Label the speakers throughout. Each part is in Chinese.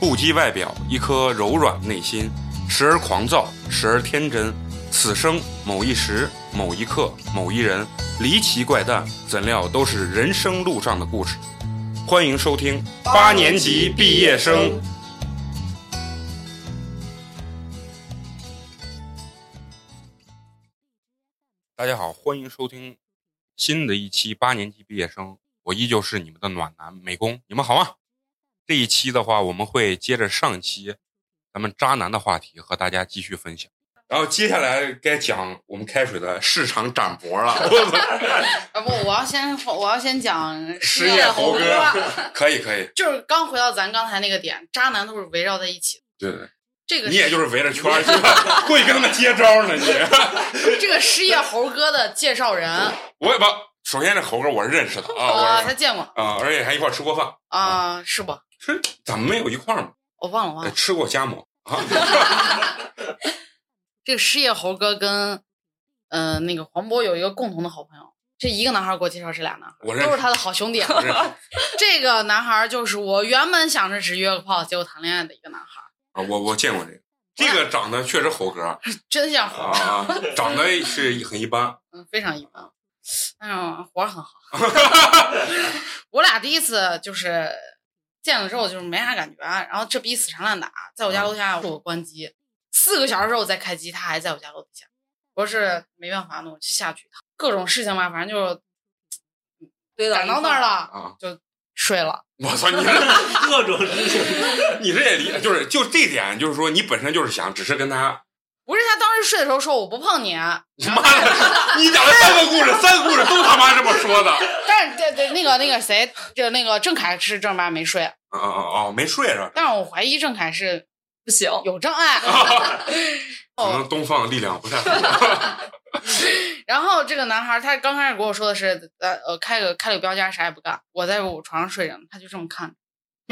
Speaker 1: 不羁外表，一颗柔软内心，时而狂躁，时而天真。此生某一时、某一刻、某一人，离奇怪诞，怎料都是人生路上的故事。欢迎收听八年级毕业生。大家好，欢迎收听新的一期八年级毕业生，我依旧是你们的暖男美工，你们好吗？这一期的话，我们会接着上一期咱们渣男的话题和大家继续分享。然后接下来该讲我们开水的市场展博了，
Speaker 2: 啊不，我要先我要先讲
Speaker 1: 失
Speaker 2: 业
Speaker 1: 业猴
Speaker 2: 哥，
Speaker 1: 哥，可以可以，
Speaker 2: 就是刚回到咱刚才那个点，渣男都是围绕在一起的。
Speaker 1: 对对，
Speaker 2: 这个
Speaker 1: 你也就是围着圈儿去，故意跟他们接招呢你。
Speaker 2: 这个失业猴哥的介绍人啊，
Speaker 1: 我也不，首先这猴哥我是认识的啊，我
Speaker 2: 他
Speaker 1: 是
Speaker 2: 见过
Speaker 1: 啊，而且还一块儿吃过饭，
Speaker 2: 啊，是不？
Speaker 1: 是咱们没有一块儿吗？
Speaker 2: 我忘了忘了。
Speaker 1: 吃过夹 馍啊，
Speaker 2: 这个失业猴哥跟呃那个黄渤有一个共同的好朋友，这一个男孩给我介绍这俩男孩，
Speaker 1: 我认
Speaker 2: 都是
Speaker 1: 识，
Speaker 2: 他的好兄弟。
Speaker 1: 我认识啊，
Speaker 2: 这个男孩就是我原本想着只约个炮，结果谈恋爱的一个男孩，
Speaker 1: 啊我我见过这个，这个长得确实猴哥啊
Speaker 2: 真像猴，
Speaker 1: 啊，长得是很一般，
Speaker 2: 嗯，非常一 般。哎呀，活儿很 好。我俩第一次就是见了之后就是没啥感觉，啊然后这逼死缠烂打，在我家楼下我关机，四个小时之后再开机，他还在我家楼底下。我是没办法，那我就下去一趟。各种事情吧，反正就是
Speaker 3: 堆
Speaker 2: 赶到那儿了，
Speaker 3: 了，
Speaker 1: 啊
Speaker 2: 就睡了。
Speaker 1: 我操你这
Speaker 4: 各种事情，
Speaker 1: 你这也理就是就这点，就是说你本身就是想，只是跟他
Speaker 2: 不是他当时睡的时候说我不碰你，啊
Speaker 1: 妈的，你讲了三个故事，三个故事都他妈这么说的，
Speaker 2: 但是这这那个那个谁，这那个郑恺是正儿八经没睡，
Speaker 1: 啊啊啊，没睡是吧？
Speaker 2: 但是我怀疑郑恺是
Speaker 3: 不行，
Speaker 2: 有障碍。
Speaker 1: 可能东方力量不太好，
Speaker 2: 然后这个男孩儿他刚开始跟我说的是，呃呃，开个开了个标间，啥也不干，我在我床上睡着呢，他就这么看着。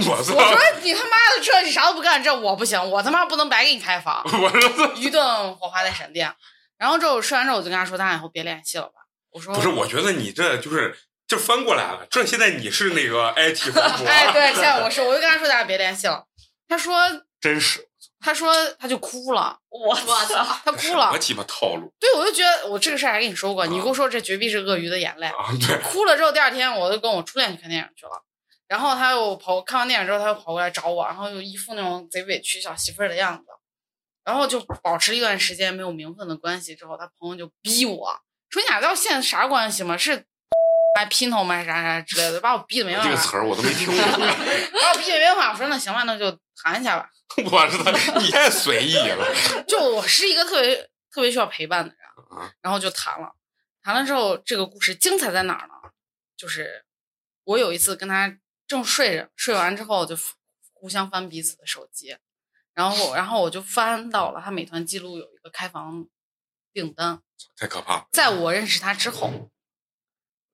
Speaker 1: 我
Speaker 2: 我说
Speaker 1: 操，。
Speaker 2: 你他妈的这你啥都不干，这我不行，我他妈不能白给你开房
Speaker 1: 我说
Speaker 2: 一顿火花带闪电。然后之后睡完之后，我就跟他说，咱俩以后别联系了吧。我说
Speaker 1: 不是，，我觉得你这就是就翻过来了，这现在你是那个 IT 黄渤，
Speaker 2: 哎，对，现在我是，我就跟他说咱俩别联系了。他说，
Speaker 1: 真是
Speaker 2: 他说他就哭了，
Speaker 3: 我操，
Speaker 2: 他哭
Speaker 1: 什
Speaker 2: 了
Speaker 1: 么。鸡巴套路
Speaker 2: 对，我就觉得我这个事儿还跟你说过，你跟我说这绝壁是鳄鱼的眼泪。
Speaker 1: 啊？对，
Speaker 2: 哭了之后，第二天我就跟我初恋去看电影去了，然后他又跑看完电影之后，他又跑过来找我，然后又一副那种贼委屈小媳妇儿的样子，然后就保持一段时间没有名分的关系之后，他朋友就逼我说你俩到现在啥关系吗？是还姘头吗？还是啥啥之类的，把我逼的没办
Speaker 1: 这个
Speaker 2: 法，
Speaker 1: 词儿我都没听过，
Speaker 2: 把我逼的没办法，我说那行吧，那就谈一下吧。
Speaker 1: 我操，你太随意了，
Speaker 2: 就我是一个特别特别需要陪伴的人
Speaker 1: 啊，
Speaker 2: 然后就谈了，谈了之后，这个故事精彩在哪儿呢？就是我有一次跟他正睡着，睡完之后就互相翻彼此的手机，然后然后我就翻到了他美团记录有一个开房订单，
Speaker 1: 太可怕了，
Speaker 2: 在我认识他之后。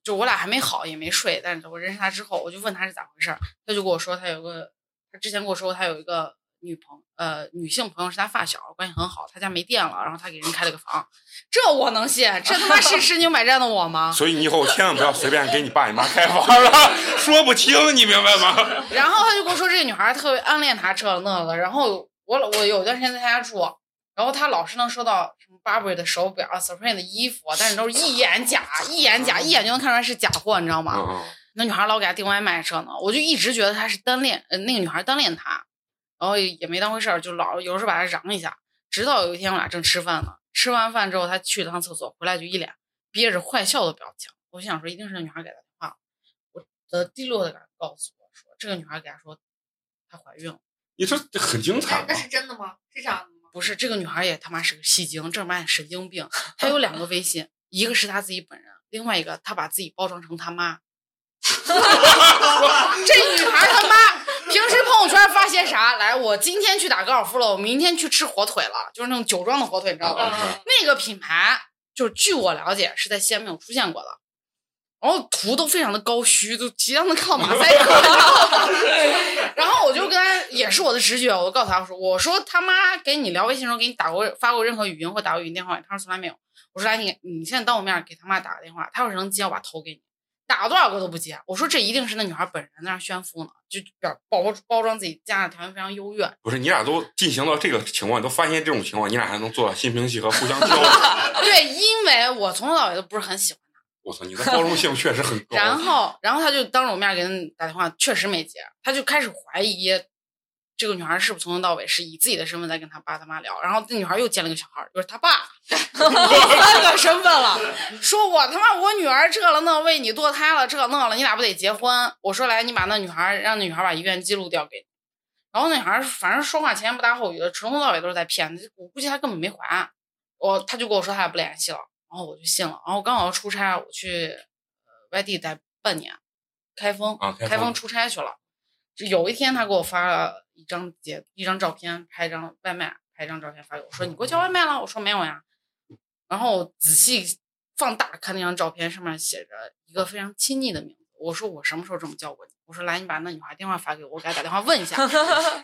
Speaker 2: 就我俩还没好，也没睡，但是我认识他之后，我就问他是咋回事儿，他就跟我说他有个，他之前跟我说过他有一个女朋呃女性朋友是他发小，关系很好，他家没电了，然后他给人开了个房，这我能信？这他妈是 身经百战的我吗？
Speaker 1: 所以你以后千万不要随便给你爸你妈开房了， 说不清，你明白吗？
Speaker 2: 然后他就跟我说这个女孩儿特别暗恋他这了那了，然后我老我有段时间在他家住，然后他老是能收到什么 Burberry 的手表、Supreme 的衣服，啊但是都是一眼假，一眼假，一眼就能看出来是假货，你知道吗？
Speaker 1: 嗯嗯
Speaker 2: 那女孩老给他订外卖这呢，我就一直觉得他是单恋，呃，那个女孩单恋他，然后也没当回事儿，就老有时候把他嚷一下。直到有一天我俩正吃饭呢，吃完饭之后他去了趟厕所，回来就一脸憋着坏笑的表情。我就想说，一定是那女孩给他电话了。我的第六感告诉我说，这个女孩给他说她怀孕了，
Speaker 1: 你说这很精彩
Speaker 3: 哎那那
Speaker 1: 吗？
Speaker 3: 是真的吗？是这样的吗？
Speaker 2: 不是这个女孩也他妈是个戏精，正儿八经神经病。她有两个微信，一个是她自己本人，另外一个她把自己包装成他妈。 这女孩他妈平时朋友圈发些啥？来，我今天去打高尔夫了，我明天去吃火腿了，就是那种酒庄的火腿，你知道吧？
Speaker 1: 啊是
Speaker 2: 那个品牌就是据我了解是在西安没有出现过的，然后图都非常的高虚，就极量的靠马赛克， 你知道吧？然后我就跟他也是我的直觉，我就告诉他我说我说他妈给你聊微信的时候给你打过发过任何语音或打过哎语音电话，他说从来没有。我说来你你现在当我面给他妈打个电话，他要是能接我把头给你。打了多少个都不接。我说这一定是那女孩本人在那儿炫富呢，就表包包装自己家里条件非常优越。
Speaker 1: 不是你俩都进行到这个情况，都发现这种情况，你俩还能做到心平气和，互相交 流。
Speaker 2: 对，因为我从头到尾都不是很喜欢。
Speaker 1: 我操，你的包容性确实很高。
Speaker 2: 然后，然后他就当着我面给人打电话，确实没接，他就开始怀疑这个女孩是不是从头到尾是以自己的身份在跟他爸他妈聊。然后这女孩又见了个小孩儿，就是他爸，三个身份 了，说我他妈我女儿这了那为你堕胎了这那了，你俩不得结婚？我说来，你把那女孩让那女孩把医院记录调给你。然后那女孩反正说话前言不搭后语的，从头到尾都是在骗。我估计她根本没怀，我她就跟我说她俩不联系了。然后我就信了。然后刚好要出差，我去呃外地待半年，开封，
Speaker 1: 啊开封
Speaker 2: 开封出差去了。就有一天，他给我发了一张截一张照片，拍一张外卖，拍一张照片发给我，说你给我叫外卖了？我说没有呀。然后我仔细放大看那张照片，上面写着一个非常亲昵的名字。我说我什么时候这么叫过你？我说来，你把那女孩电话发给我，我给她打电话问一下。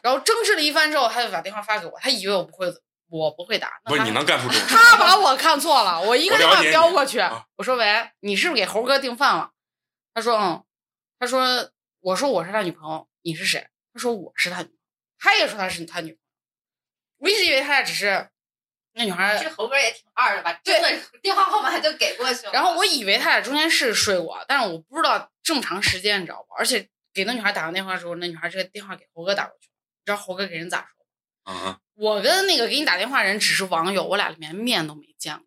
Speaker 2: 然后争执了一番之后，他就把电话发给我，他以为我不会，我不会打。那
Speaker 1: 不是
Speaker 2: 他
Speaker 1: 你能干出这种事？
Speaker 2: 他把我看错了，我一个电话飙过去
Speaker 1: 我了解你啊，
Speaker 2: 我说喂，你是不是给猴哥订饭了？他说嗯，他说我说我是他女朋友，你是谁？他说我是他女朋友，他也说他是他女朋友，我一直以为他俩只是那女孩儿
Speaker 3: 这猴哥也挺二的吧？真的，电话号码就给过去了。
Speaker 2: 然后我以为他俩中间是睡过，但是我不知道这么长时间，你知道吧？而且给那女孩打完电话之后，那女孩这个电话给猴哥打过去了，你知道猴哥给人咋说？
Speaker 1: 嗯，
Speaker 2: 我跟那个给你打电话人只是网友，我俩连面都没见过。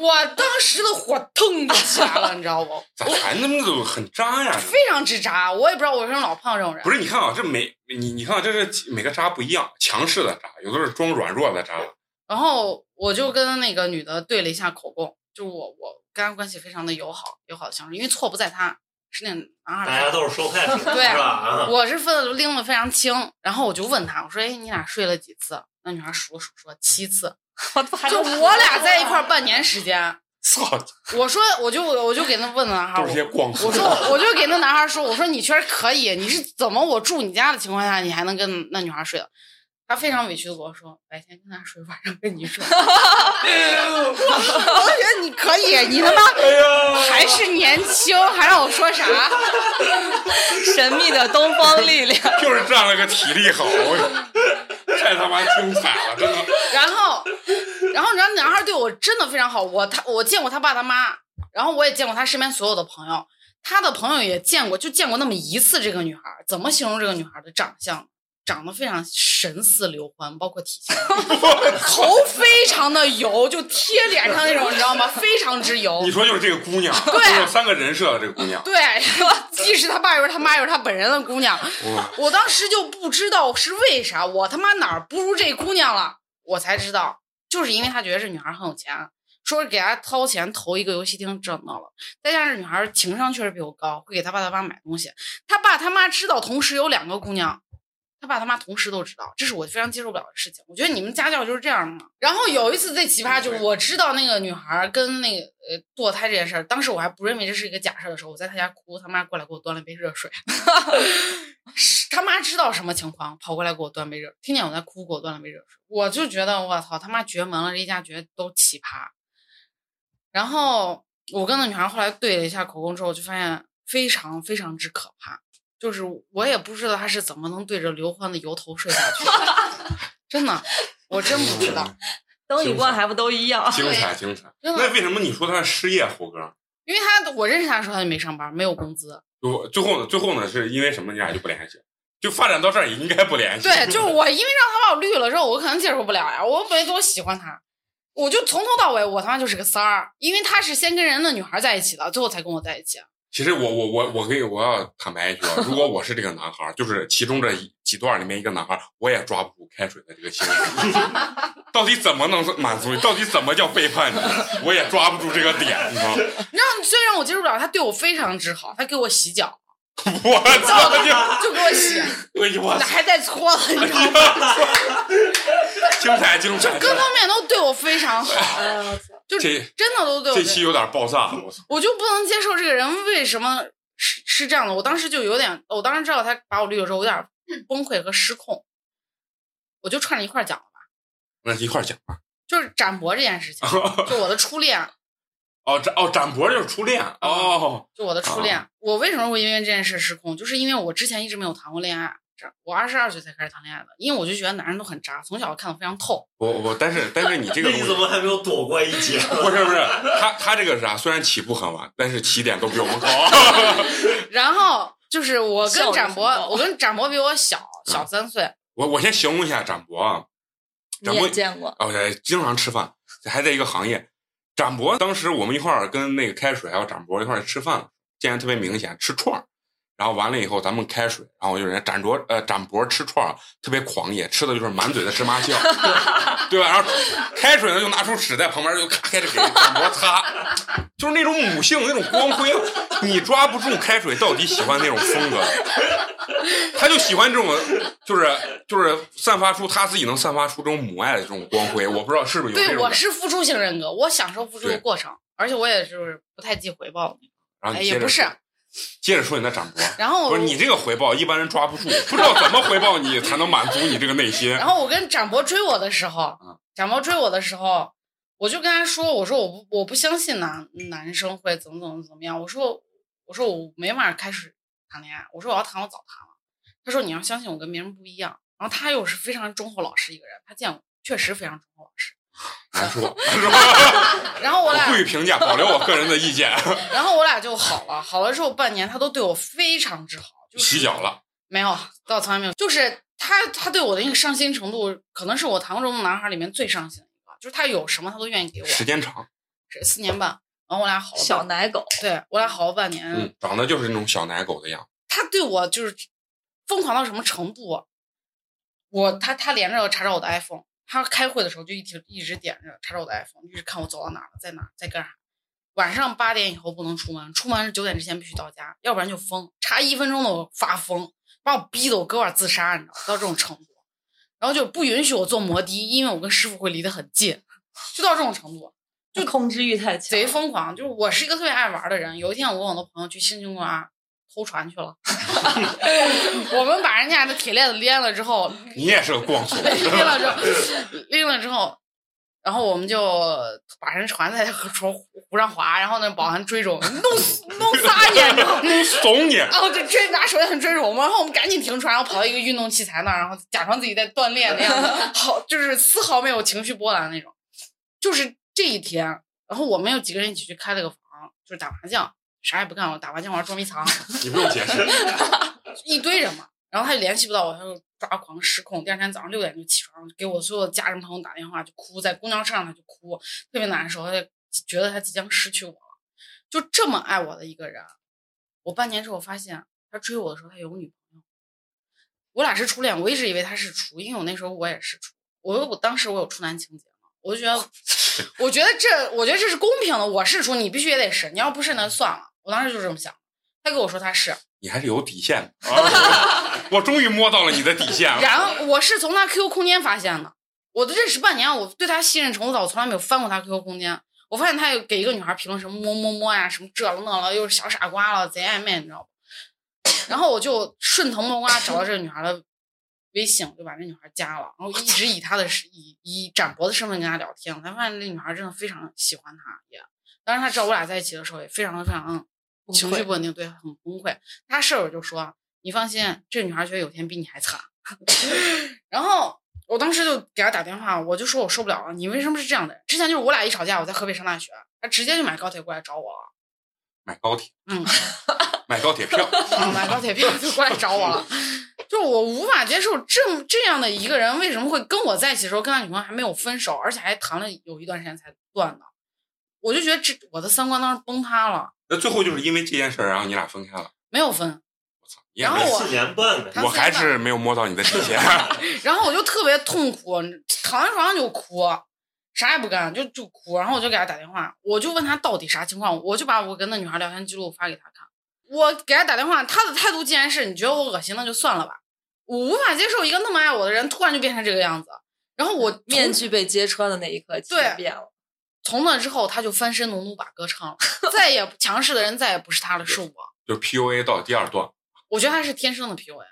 Speaker 2: 我当时的火腾就起来了，你知道不？
Speaker 1: 咋还那么都很渣呀？
Speaker 2: 非常之渣，我也不知道我为什么老碰上这种人。
Speaker 1: 不是，你看啊，这每你你看啊，这是每个渣不一样，强势的渣，有的是装软弱的渣。
Speaker 2: 然后我就跟那个女的对了一下口供，就是我我跟她关系非常的友好，友好的相处，因为错不在她，是那个男孩
Speaker 4: 大家
Speaker 2: 儿。
Speaker 4: 都是受害者，是
Speaker 2: 对
Speaker 4: 吧？ 啊，
Speaker 2: 我是分拎的非常清，然后我就问她，我说：“哎，你俩睡了几次？”那女孩数了数说：“七次。”就我俩在一块儿半年时间，
Speaker 1: 操，
Speaker 2: 我说我就我就给那问男孩儿，
Speaker 1: 都是
Speaker 2: 我
Speaker 1: 些光
Speaker 2: 哦我
Speaker 1: 复。
Speaker 2: 说，我就给那男孩说，我说你确实可以，你是怎么我住你家的情况下，你还能跟那女孩睡的？他非常委屈的跟我说，白天跟他睡，晚上跟 你睡。我
Speaker 1: 哎
Speaker 2: 都觉得你可以，你他妈
Speaker 4: 哎呀，
Speaker 2: 还是年轻，还让我说啥？
Speaker 5: 神秘的东方力量。
Speaker 1: 就是占了个体力好， 太他妈精彩了， 真的。
Speaker 2: 然后，然后你知道，男孩对我真的非常好，我他我见过他爸他妈，然后我也见过他身边所有的朋友，他的朋友也见过，就见过那么一次这个女孩儿，怎么形容这个女孩儿的长相？长得非常神似刘欢，包括体型，头非常的油，就贴脸上那种，你知道吗？非常之油
Speaker 1: 你。说就是这个姑娘，
Speaker 2: 啊
Speaker 1: 就是有三个人设的这个姑娘，
Speaker 2: 对，既是他爸又是他妈又是他本人的姑娘，
Speaker 1: 哇，
Speaker 2: 我当时就不知道是为啥，我他妈哪儿不如这姑娘了？我才知道，就是因为他觉得这女孩很有钱，啊说是给她掏钱投一个游戏厅，这那了。再加上这女孩情商确实比我高，会给他爸他妈买东西。他爸他妈知道，同时有两个姑娘，他爸他妈同时都知道，这是我非常接受不了的事情。我觉得你们家教就是这样的嘛。然后有一次最奇葩就是我知道那个女孩跟那个呃堕胎这件事儿，当时我还不认为这是一个假事儿的时候，我在她家哭，她妈过来给我端了杯热水。 是他妈知道什么情况，跑过来给我端杯热，听见我在哭，给我端了杯热水，我就觉得我操，他妈绝门了，这一家绝都奇葩。然后我跟那女孩后来对了一下口供之后，就发现非常非常之可怕，就是我也不知道她是怎么能对着刘欢的油头睡下去的，真的，我 真不知道，
Speaker 5: 灯与冠还不都一样？
Speaker 1: 精彩精彩。
Speaker 2: 真
Speaker 1: 嗯那
Speaker 2: 的，
Speaker 1: 为什么你说她失业，猴哥？
Speaker 2: 因为她我认识她的时候她就没上班，没有工资，
Speaker 1: 就最后呢，最后呢，是因为什么？你俩就不联系，就发展到这儿也应该不联系。
Speaker 2: 对，就是我，因为让他把我绿了之后，我可能接受不了呀。我本来多喜欢他，我就从头到尾我他妈就是个三儿，因为他是先跟人的女孩在一起的，最后才跟我在一起。啊
Speaker 1: 其实我我我我可以我要坦白一 句啊，如果我是这个男孩儿，就是其中这一几段里面一个男孩儿，我也抓不住开水的这个 心理，到底怎么能满足你？到底怎么叫背叛你？ 我也抓不住这个点，你知道吗？
Speaker 2: 你知道，虽然我接受不了，他对我非常之好，他给我洗脚，
Speaker 1: 我操！就
Speaker 2: 就给我洗，
Speaker 1: 哎呦我
Speaker 2: 那
Speaker 1: 操！
Speaker 2: 还带搓的，你知道吗？
Speaker 1: 精彩精彩！
Speaker 2: 各方面都对我非常好，
Speaker 5: 哎呦我操
Speaker 2: 就
Speaker 1: 这
Speaker 2: 真的都对我
Speaker 1: 这
Speaker 2: 非
Speaker 1: 期有点爆炸，我操！
Speaker 2: 我就不能接受这个人为什么是是这样的。我当时就有点，我当时知道他把我绿了之后，我有点崩溃和失控，我就串着一块儿讲了吧，
Speaker 1: 那一块儿讲吧。
Speaker 2: 就是展博这件事情，就我的初恋，
Speaker 1: 哦，展哦，展博就是初恋哦，
Speaker 2: 就我的初恋。我为什么会因为这件事失控？就是因为我之前一直没有谈过恋爱，这我二十二岁才开始谈恋爱的。因为我就觉得男人都很渣，从小看的非常透。
Speaker 1: 我我但是但是你这
Speaker 4: 那
Speaker 1: 个
Speaker 4: 你
Speaker 1: 东
Speaker 4: 怎
Speaker 1: 西
Speaker 4: 么还没有躲过一劫？
Speaker 1: 不是不是，他他这个是啥？啊虽然起步很晚，但是起点都比我们高。
Speaker 2: 然后就是我
Speaker 5: 效
Speaker 2: 跟
Speaker 5: 率
Speaker 2: 展
Speaker 5: 很
Speaker 2: 博
Speaker 5: 高，
Speaker 2: 我跟展博比我小
Speaker 1: 嗯
Speaker 2: 小三岁，
Speaker 1: 我我先形容一下展博啊，
Speaker 5: 你
Speaker 1: 展博
Speaker 5: 也见过，
Speaker 1: 哦，对经常吃饭，还在一个行业。展博当时我们一块儿跟那个开水还有展博一块儿吃饭，见得特别明显，吃串儿。然后完了以后，咱们开水，然后就人家展卓呃展博吃串儿特别狂野，吃的就是满嘴的芝麻酱， 对吧？然后开水呢就拿出纸在旁边就咔开始给展博擦，就是那种母性那种光辉，你抓不住开水到底喜欢哪种风格，他就喜欢这种，就是就是散发出他自己能散发出这种母爱的这种光辉，我不知道是不是有这
Speaker 2: 对
Speaker 1: 种
Speaker 2: 我
Speaker 1: 感觉。
Speaker 2: 是付出型人格，我享受付出
Speaker 1: 对
Speaker 2: 的过程，而且我也就是不太计回报的。
Speaker 1: 然后
Speaker 2: 哎，
Speaker 1: 你接
Speaker 2: 也
Speaker 1: 着
Speaker 2: 不是哦
Speaker 1: 说，接着说你的 展博。
Speaker 2: 然后
Speaker 1: 不是你这个回报，一般人抓不住，不知道怎么回报你才能满足你这个内心。
Speaker 2: 然后我跟展博追我的时候
Speaker 1: 嗯，
Speaker 2: 展博追我的时候，我就跟他说：“我说我不我不相信男男生会怎么怎么怎么样。”我说：“我说我没法开始谈恋爱。”我说：“我要谈我早谈了。”他说：“你要相信我跟别人不一样。”然后他又是非常忠厚老实一个人，他见我确实非常忠厚老实。
Speaker 1: 难 说，难说，
Speaker 2: 然后我
Speaker 1: 我
Speaker 2: 俩
Speaker 1: 不予评价，保留我个人的意见。
Speaker 2: 然后我俩就好了，好了之后半年，他都对我非常之好，就 是
Speaker 1: 洗脚了，
Speaker 2: 没有，倒从来没有，就是他他对我的那个上心程度，可能是我谈过中的男孩里面最上心的一个，就是他有什么他都愿意给我，
Speaker 1: 时间长，
Speaker 2: 是四年半，然后我俩好了
Speaker 5: 小
Speaker 2: 半，
Speaker 5: 奶狗，
Speaker 2: 对我俩好了半年，
Speaker 1: 嗯，长得就是那种小奶狗的样子。
Speaker 2: 他对我就是疯狂到什么程度啊？我他他连着查找我的 iPhone，他开会的时候就一直一直点着查找我的 iPhone，一直看我走到哪了，在哪儿在干啥。晚上八点以后不能出门，出门是九点之前必须到家，要不然就疯。差一分钟的我发疯，把我逼得我割腕自杀，你知道到这种程度。然后就不允许我坐摩的，因为我跟师傅会离得很近，就到这种程度。
Speaker 5: 就控制欲太强，
Speaker 2: 贼疯狂。就是我是一个特别爱玩的人。有一天，我跟我的朋友去新青公园偷船去了， 我们把人家的铁链子拎了之后，
Speaker 1: 你也是个光头，
Speaker 2: 拎了之后，拎了之后，然后我们就把人船在河床湖上划，然后那保安追着我们，弄死弄仨眼睛。
Speaker 1: 怂你。
Speaker 2: 然后就追拿手电筒追着我们，然后我们赶紧停船，然后跑到一个运动器材那儿，然后假装自己在锻炼那样子，好就是丝毫没有情绪波澜那种。就是这一天，然后我们有几个人一起去开了个房，就是打麻将，啥也不干，我打麻将玩捉迷藏，
Speaker 1: 你不用解释，
Speaker 2: 一堆人嘛。然后他就联系不到我，他就抓狂失控。第二天早上六点就起床，给我所有的家人朋友打电话，就哭，在公交车上他就哭，特别难受，他就觉得他即将失去我了。就这么爱我的一个人，我半年之后发现他追我的时候他有女朋友，我俩是初恋，我一直以为他是处，因为我那时候我也是处，我我当时我有处男情节嘛，我就觉得，我觉得这我觉得这是公平的，我是处你必须也得是，你要不是那算了，我当时就这么想。他跟我说他是，
Speaker 1: 你还是有底线 的。啊 我终于摸到了你的底线了。
Speaker 2: 然后我是从他 QQ 空间发现的，我都认识半年，我对他信任程度到我从来没有翻过他 QQ 空间。我发现他有给一个女孩评论什么么么么呀，什么这了那了，又是小傻瓜了，贼暧昧，你知道不？然后我就顺藤摸瓜找到这个女孩的微信，我就把这女孩加了，然后一直以她的以以展博的身份跟她聊天，我才发现这女孩真的非常喜欢他，也当时她知道我俩在一起的时候也非常的非常
Speaker 5: 崩溃
Speaker 2: 情绪不稳定，对，很崩溃。他舍友就说：“你放心，这女孩觉得有天比你还惨。” 然后我当时就给他打电话，我就说我受不了了，你为什么是这样的人？之前就是我俩一吵架，我在河北上大学，他直接就买高铁过来找我了，
Speaker 1: 买高铁，
Speaker 2: 嗯，
Speaker 1: 买高铁票，
Speaker 2: 买高铁票就过来找我了。就是我无法接受这么这样的一个人，为什么会跟我在一起的时候跟他女朋友还没有分手，而且还谈了有一段时间才断的？我就觉得这我的三观当时崩塌了，
Speaker 1: 那最后就是因为这件事儿，然后你俩分开了。
Speaker 2: 没有分。
Speaker 1: 你也
Speaker 2: 然后
Speaker 1: 没
Speaker 2: 我
Speaker 4: 四年半呢，
Speaker 2: 他
Speaker 1: 我还是没有摸到你的底 线。
Speaker 2: 然后我就特别痛苦，躺在床上就哭，啥也不干，就就哭。然后我就给他打电话，我就问他到底啥情况，我就把我跟那女孩聊天记录发给他看。我给他打电话，他的态度既然是你觉得我恶心，那就算了吧。我无法接受一个那么爱我的人突然就变成这个样子。然后我
Speaker 5: 面具被揭穿的那一刻，气
Speaker 2: 对
Speaker 5: 变了，
Speaker 2: 从那之后，他就翻身农奴把歌唱了，再也强势的人再也不是他了，是我。
Speaker 1: 就 PUA 到第二段，
Speaker 2: 我觉得他是天生的 PUA。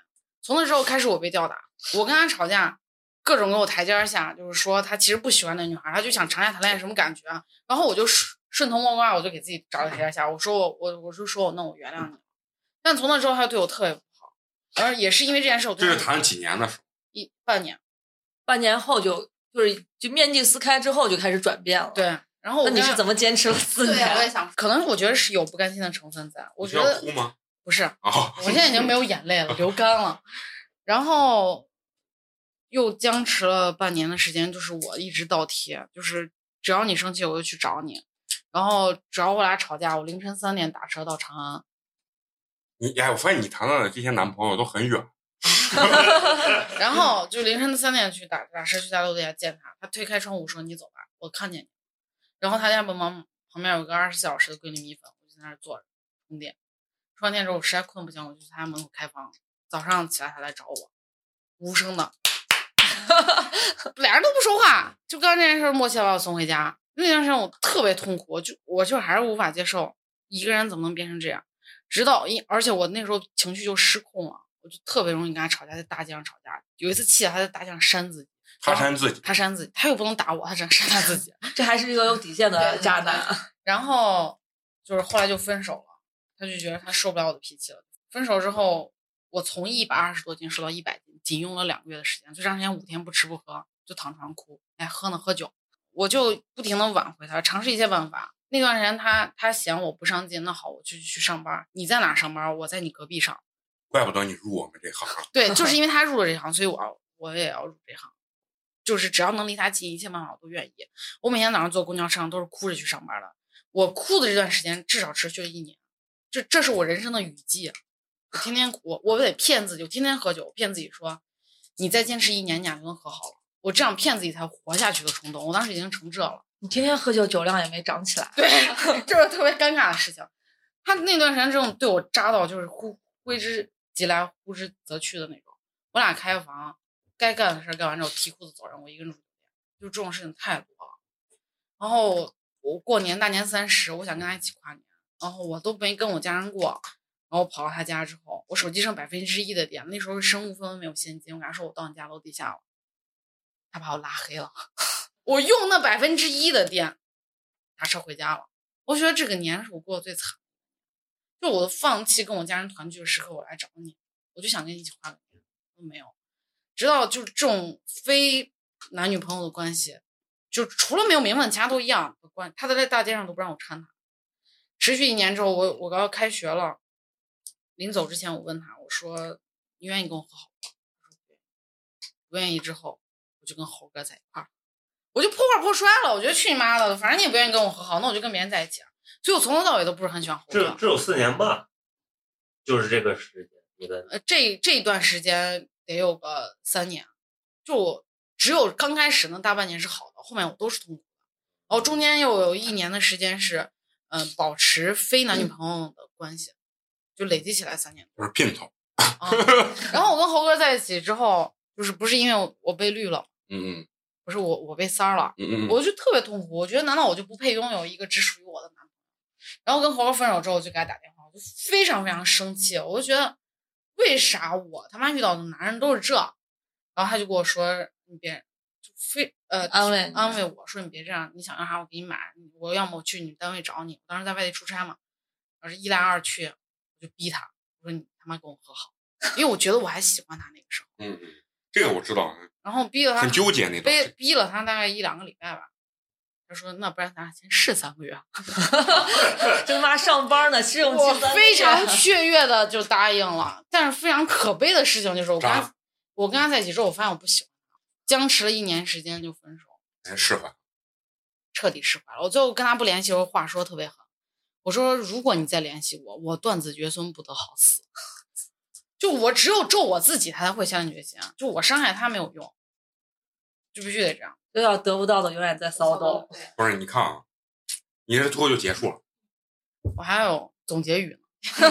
Speaker 2: 从那之后开始，我被吊打，我跟他吵架，各种给我台阶儿下，就是说他其实不喜欢那女孩儿，他就想尝一下谈恋爱什么感觉啊。然后我就顺顺藤摸瓜，我就给自己找了台阶下。我说我我我就说我那我原谅你了，但从那之后他就对我特别不好，然后也是因为这件事，我
Speaker 1: 这
Speaker 2: 对
Speaker 1: 是
Speaker 2: 他
Speaker 1: 谈几年的时候，
Speaker 2: 一半年
Speaker 5: 半年后就就是就面具撕开之后就开始转变了。，
Speaker 2: 对。然后我
Speaker 5: 那你
Speaker 2: 跟
Speaker 5: 是怎么坚持了四
Speaker 2: 啊
Speaker 3: 对，我
Speaker 5: 年？
Speaker 3: 也想说，
Speaker 2: 可能我觉得是有不甘心的成分在，我
Speaker 1: 你
Speaker 2: 觉
Speaker 1: 是要
Speaker 2: 得
Speaker 1: 哭吗？
Speaker 2: 不是，
Speaker 1: 啊，
Speaker 2: 我现在已经没有眼泪了，流干了。然后又僵持了半年的时间，就是我一直倒贴，就是只要你生气，我就去找你。然后只要我俩吵架，我凌晨三点打车到长安。
Speaker 1: 你哎，我发现你谈到的这些男朋友都很远，
Speaker 2: 然后就凌晨三点去打打车去他楼底下见他，他推开窗户说：“你走吧，我看见你。”然后他家门旁旁边有个二十四小时的桂林米粉，我就在那儿坐着充电。充完电之后，我实在困不行，我就去他家门口开房。早上起来他来找我，无声的， 俩人都不说话。就刚刚这件事儿，默契地把我送回家。那段时间我特别痛苦，我就我就还是无法接受一个人怎么能变成这样。直到因，而且我那时候情绪就失控了，我就特别容易跟他吵架，在大街上吵架。有一次气得他在大街上扇自己，
Speaker 1: 他扇自己，
Speaker 2: 他扇自己，他又不能打我，他只能扇他自己。
Speaker 5: 这还是一个有底线的
Speaker 3: 对
Speaker 5: 渣男。
Speaker 2: 然后就是后来就分手了，他就觉得他受不了我的脾气了。分手之后，我从一百二十多斤瘦到一百斤，仅用了两个月的时间，就长时间五天不吃不喝，就躺床上哭，哎，喝呢喝酒，我就不停的挽回他，尝试一些办法。那段时间他他嫌我不上进，那好，我就去上班。你在哪上班？我在你隔壁上。
Speaker 1: 怪不得你入我们这行。啊
Speaker 2: 对，就是因为他入了这行，所以我要我也要入这行。就是只要能离他近，一切办法我都愿意。我每天早上坐公交车上都是哭着去上班的。我哭的这段时间至少持续了一年，这这是我人生的雨季。我天天哭，我我得骗自己，我天天喝酒，我骗自己说，你再坚持一年，你俩就能和好了。我这样骗自己才活下去的冲动。我当时已经成这了，
Speaker 5: 你天天喝酒，酒量也没长起来。
Speaker 2: 对，这是特别尴尬的事情。他那段时间这种对我扎到就是呼挥之即来呼之则去的那种。我俩开房，该干的事儿干完之后提裤子走人，我一个人住酒店，就这种事情太多了。然后我过年大年三十，我想跟他一起跨年，然后我都没跟我家人过，然后跑到他家之后，我手机剩百分之一的电，那时候是身无分文没有现金，我跟他说我到你家楼底下了，他把我拉黑了， 我用那百分之一的电打车回家了。我觉得这个年是我过得最惨的，就我放弃跟我家人团聚的时刻，我来找你，我就想跟你一起跨个年，都没有。直到就这种非男女朋友的关系，就除了没有明文，其他都一样的关。他在大街上都不让我搀他。持续一年之后，我我刚要开学了，临走之前我问他，我说你愿意跟我和好吗？他说不愿意。不愿意之后，我就跟猴哥在一块儿，我就破罐破摔了。我觉得去你妈的，反正你也不愿意跟我和好，那我就跟别人在一起啊。所以我从头到尾都不是很喜欢猴
Speaker 4: 这
Speaker 2: 哥。
Speaker 4: 只有四年半，就是这个时间，你的
Speaker 2: 呃，这这一段时间得有个三年，就我只有刚开始那大半年是好的，后面我都是痛苦的。然后中间又有一年的时间是，嗯、保持非男女朋友的关系，就累积起来三年
Speaker 1: 就是姘头，
Speaker 2: 啊。然后我跟猴哥在一起之后，就是不是因为我我被绿了，
Speaker 1: 嗯嗯
Speaker 2: 不是我我被三儿了，
Speaker 1: 嗯嗯嗯，
Speaker 2: 我就特别痛苦。我觉得难道我就不配拥有一个只属于我的男朋友？然后跟猴哥分手之后，我就给他打电话，我就非常非常生气，我就觉得为啥我他妈遇到的男人都是这？然后他就跟我说：“你别就非呃
Speaker 5: 安慰你啊
Speaker 2: 安慰我说你别这样，你想要啥我给你买，我要么我去你单位找你，我当时在外地出差嘛，然后一来二去我就逼他，我说你他妈跟我和好，因为我觉得我还喜欢他那个时候，
Speaker 1: 嗯嗯，这个我知道，
Speaker 2: 然后逼了他
Speaker 1: 很纠结那
Speaker 2: 被
Speaker 1: 种。
Speaker 2: 逼了他大概一两个礼拜吧。他说：“那不然咱俩先试三个月。 啊
Speaker 5: 这他妈上班呢，试”用期
Speaker 2: 我
Speaker 5: 三个
Speaker 2: 非
Speaker 5: 月
Speaker 2: 常雀跃的就答应了，但是非常可悲的事情就是，我跟他
Speaker 1: 渣
Speaker 2: 我跟他在一起之后，我发现我不喜欢他，僵持了一年时间就分手，
Speaker 1: 哎，释怀，
Speaker 2: 彻底释怀了。我最后跟他不联系的时候，话说得特别狠，我说：“如果你再联系我，我断子绝孙，不得好死。”就我只有咒我自己，他才会下定决心。啊就我伤害他没有用，就必须得这样。
Speaker 5: 都要得不到的永远在骚动。
Speaker 3: 对
Speaker 1: 不是？你看啊，你这最后就结束了。
Speaker 2: 我还有总结语呢。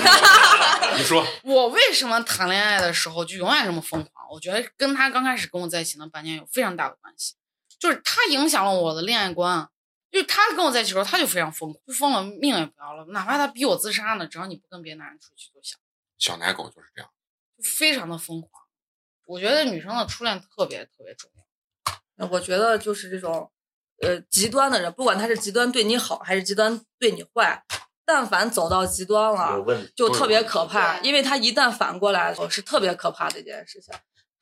Speaker 1: 你说，
Speaker 2: 我为什么谈恋爱的时候就永远这么疯狂？我觉得跟他刚开始跟我在一起那半年有非常大的关系，就是他影响了我的恋爱观。就是他跟我在一起的时候，他就非常疯狂，就疯了命也不要了，哪怕他逼我自杀呢，只要你不跟别的男人出去就行，
Speaker 1: 小奶狗就是这样。
Speaker 2: 就非常的疯狂。我觉得女生的初恋特别特别重要。
Speaker 5: 我觉得就是这种呃极端的人，不管他是极端对你好还是极端对你坏，但凡走到极端
Speaker 4: 有
Speaker 5: 了，
Speaker 4: 问题。
Speaker 5: 就特别可怕，
Speaker 3: 对
Speaker 5: 因为他一旦反过来哦是特别可怕的一件事情，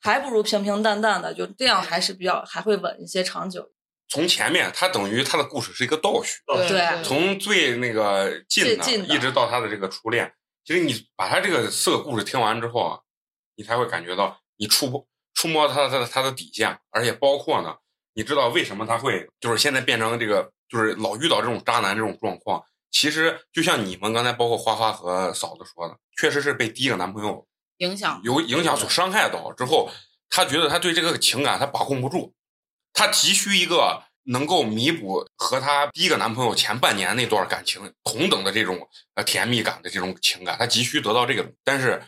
Speaker 5: 还不如平平淡淡的，就这样还是比较还会稳一些长久。
Speaker 1: 从前面，他等于他的故事是一个倒叙，
Speaker 4: 哦
Speaker 5: 对
Speaker 1: 从最那个近
Speaker 5: 最
Speaker 1: 的，
Speaker 5: 近的
Speaker 1: 一直到他的这个初恋，其实你把他这个四个故事听完之后啊，你才会感觉到你触摸触摸他的他的他的底线，而且包括呢，你知道为什么他会就是现在变成这个就是老遇到这种渣男这种状况。其实就像你们刚才包括花花和嫂子说的，确实是被第一个男朋友
Speaker 2: 影响。
Speaker 1: 有影响所伤害到之后，他觉得他对这个情感他把控不住，他急需一个能够弥补和他第一个男朋友前半年那段感情同等的这种呃甜蜜感的这种情感，他急需得到这个，但是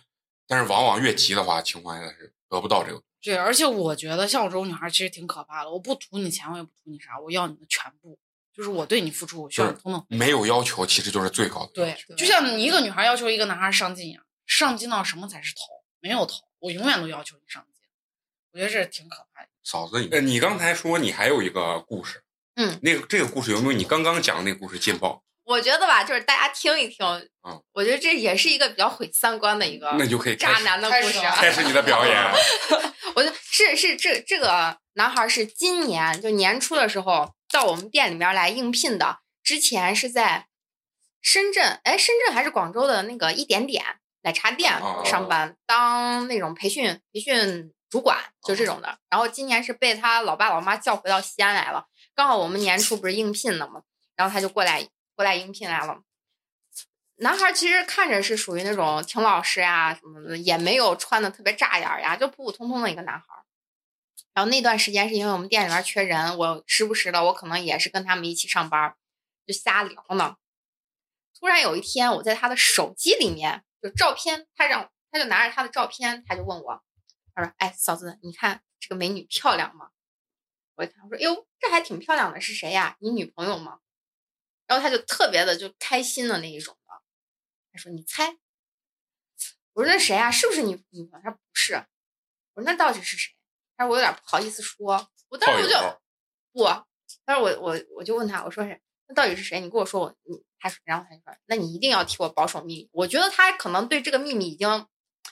Speaker 1: 但是往往越急的话，情况下是得不到这个。
Speaker 2: 对，而且我觉得像我这种女孩其实挺可怕的。我不图你钱，我也不图你啥，我要你的全部，就是我对你付出，我需要你同等。
Speaker 1: 没有要求其实就是最高的要
Speaker 2: 对
Speaker 1: 求，，
Speaker 2: 就像你一个女孩要求一个男孩上进一样，上进到什么才是头？没有头，我永远都要求你上进。我觉得这挺可怕的。
Speaker 1: 嫂子，你呃你刚才说你还有一个故事，
Speaker 3: 嗯，
Speaker 1: 那个这个故事有没有你刚刚讲的那个故事劲爆？
Speaker 3: 我觉得吧，就是大家听一听，
Speaker 1: 嗯
Speaker 3: 我觉得这也是一个比较毁三观的一个
Speaker 1: 那你就可以开
Speaker 3: 渣
Speaker 1: 始
Speaker 3: 男的
Speaker 2: 开
Speaker 3: 故
Speaker 2: 始
Speaker 3: 事
Speaker 2: 了
Speaker 3: 啊。
Speaker 1: 开始你的表 演。
Speaker 3: 我就是是这这个男孩是今年就年初的时候到我们店里面来应聘的，之前是在深圳，哎，深圳还是广州的那个一点点奶茶店
Speaker 1: 哦
Speaker 3: 上班，当那种培训培训主管，就这种的。然后今年是被他老爸老妈叫回到西安来了，刚好我们年初不是应聘的嘛，然后他就过来过来应聘来了。男孩其实看着是属于那种挺老实呀、什么的，也没有穿的特别扎眼儿呀、就普普通通的一个男孩儿。然后那段时间是因为我们店里边儿缺人，我时不时的我可能也是跟他们一起上班儿，就瞎聊呢。突然有一天，我在他的手机里面就照片，他让他就拿着他的照片，他就问我，他说：“哎，嫂子，你看这个美女漂亮吗？”我一看，我说：“哟，这还挺漂亮的，是谁呀、你女朋友吗？”然后他就特别的就开心的那一种的，他说：“你猜。”我说：“那谁啊？是不是你女朋友？”他说：“不是。”我说：“那到底是谁？”他说：“我有点不好意思说。”我当时我就
Speaker 1: 炮友
Speaker 3: 不，当时我我我就问他，我说哎是那到底是谁？你跟我说我你他说，然后他就说，那你一定要替我保守秘密。我觉得他可能对这个秘密已经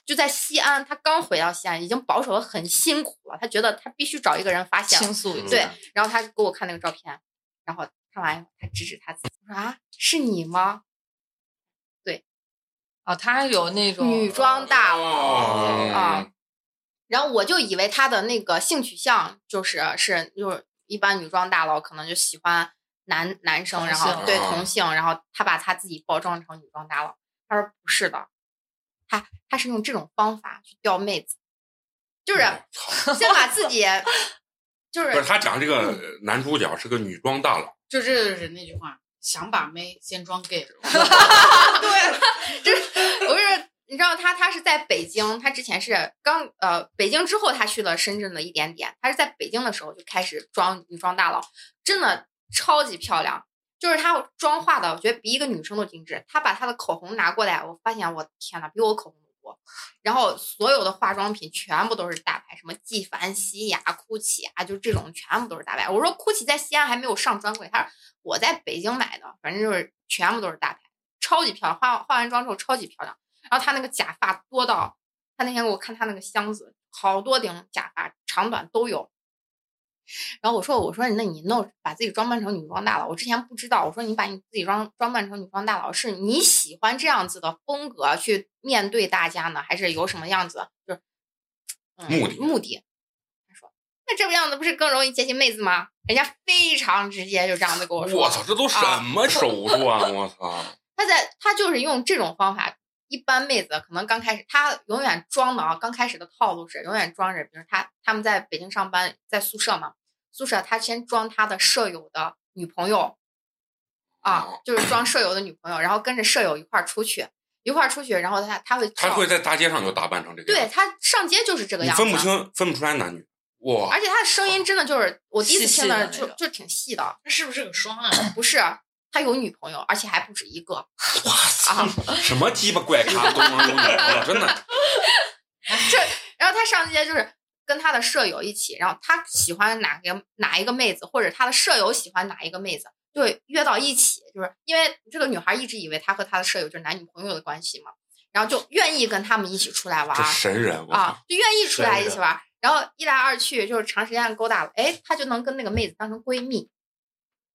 Speaker 3: 就在西安，他刚回到西安，已经保守的很辛苦了。他觉得他必须找一个人发现了
Speaker 5: 倾诉
Speaker 4: 嗯
Speaker 5: 一下，
Speaker 3: 对，然后他就给我看那个照片，然后看完以后，他指指他自己我说啊，是你吗？哦
Speaker 5: 啊，他还有那种
Speaker 3: 女装大王
Speaker 1: 哦
Speaker 3: 啊。然后我就以为他的那个性取向就是是就是一般女装大佬可能就喜欢男男生，
Speaker 5: 同
Speaker 3: 然后
Speaker 5: 性
Speaker 3: 对
Speaker 1: 啊
Speaker 3: 同性，然后他把他自己包装成女装大佬。他说不是的，他他是用这种方法去钓妹子，就是
Speaker 1: 我操
Speaker 3: 先把自 己就
Speaker 1: 不
Speaker 3: 是
Speaker 1: 是他讲这个
Speaker 3: 嗯
Speaker 1: 男主角是个女装大佬，
Speaker 2: 就这就是那句话，想把妹先装 gay。
Speaker 3: 我是你知道他他是在北京，他之前是刚呃北京之后他去了深圳的一点点，他是在北京的时候就开始装女装大佬，真的超级漂亮。就是她妆化的，我觉得比一个女生都精致。她把她的口红拿过来，我发现我天呐，比我口红都多。然后所有的化妆品全部都是大牌，什么纪梵希呀、GUCCI 啊，就这种全部都是大牌。我说 GUCCI 在西安还没有上专柜，他说我在北京买的，反正就是全部都是大牌，超级漂亮。化化完妆之后超级漂亮。然后他那个假发多到，他那天给我看他那个箱子，好多顶假发，长短都有。然后我说：“我说那你弄把自己装扮成女装大佬，我之前不知道。我说你把你自己装装扮成女装大佬，是你喜欢这样子的风格去面对大家呢，还是有什么样子就是、嗯
Speaker 1: 目的
Speaker 3: 目的？”他说：“那这个样子不是更容易接近妹子吗？”人家非常直接就这样子跟我说：“啊
Speaker 1: 我操，这都什么手段？我操！
Speaker 3: 他在他就是用这种方法，一般妹子可能刚开始，她永远装的啊，刚开始的套路是永远装着，比如她他们在北京上班，在宿舍嘛，宿舍她先装她的舍友的女朋友，啊，
Speaker 1: 哦
Speaker 3: 就是装舍友的女朋友，然后跟着舍友一块儿出去，一块儿出去，然后她她会
Speaker 1: 他
Speaker 3: 跳
Speaker 1: 会在大街上就打扮成这个
Speaker 3: 对
Speaker 1: 样子，
Speaker 3: 她上街就是这个
Speaker 1: 你
Speaker 3: 样子，
Speaker 1: 分不清，哦分不出来男女。哇
Speaker 3: 而，且她的声音真的就是我第一次
Speaker 5: 细细
Speaker 3: 听
Speaker 5: 的
Speaker 3: 的
Speaker 5: 那
Speaker 3: 就
Speaker 5: 种
Speaker 3: 就挺细的，
Speaker 2: 他是不是个双暗？
Speaker 3: 不是。他有女朋友，而且还不止一个啊！
Speaker 1: 什
Speaker 3: 啊
Speaker 1: 么鸡巴怪咖都能有女朋友，真的。
Speaker 3: 然后他上街就是跟他的舍友一起，然后他喜欢哪个哪一个妹子，或者他的舍友喜欢哪一个妹子，就会约到一起，就是因为这个女孩一直以为她和她的舍友就是男女朋友的关系嘛，然后就愿意跟他们一起出来玩
Speaker 1: 这
Speaker 3: 儿
Speaker 1: 神人我
Speaker 3: 啊
Speaker 1: 操，，
Speaker 3: 就愿意出来一起玩儿。然后一来二去就是长时间的勾搭了，哎，她就能跟那个妹子当成闺蜜，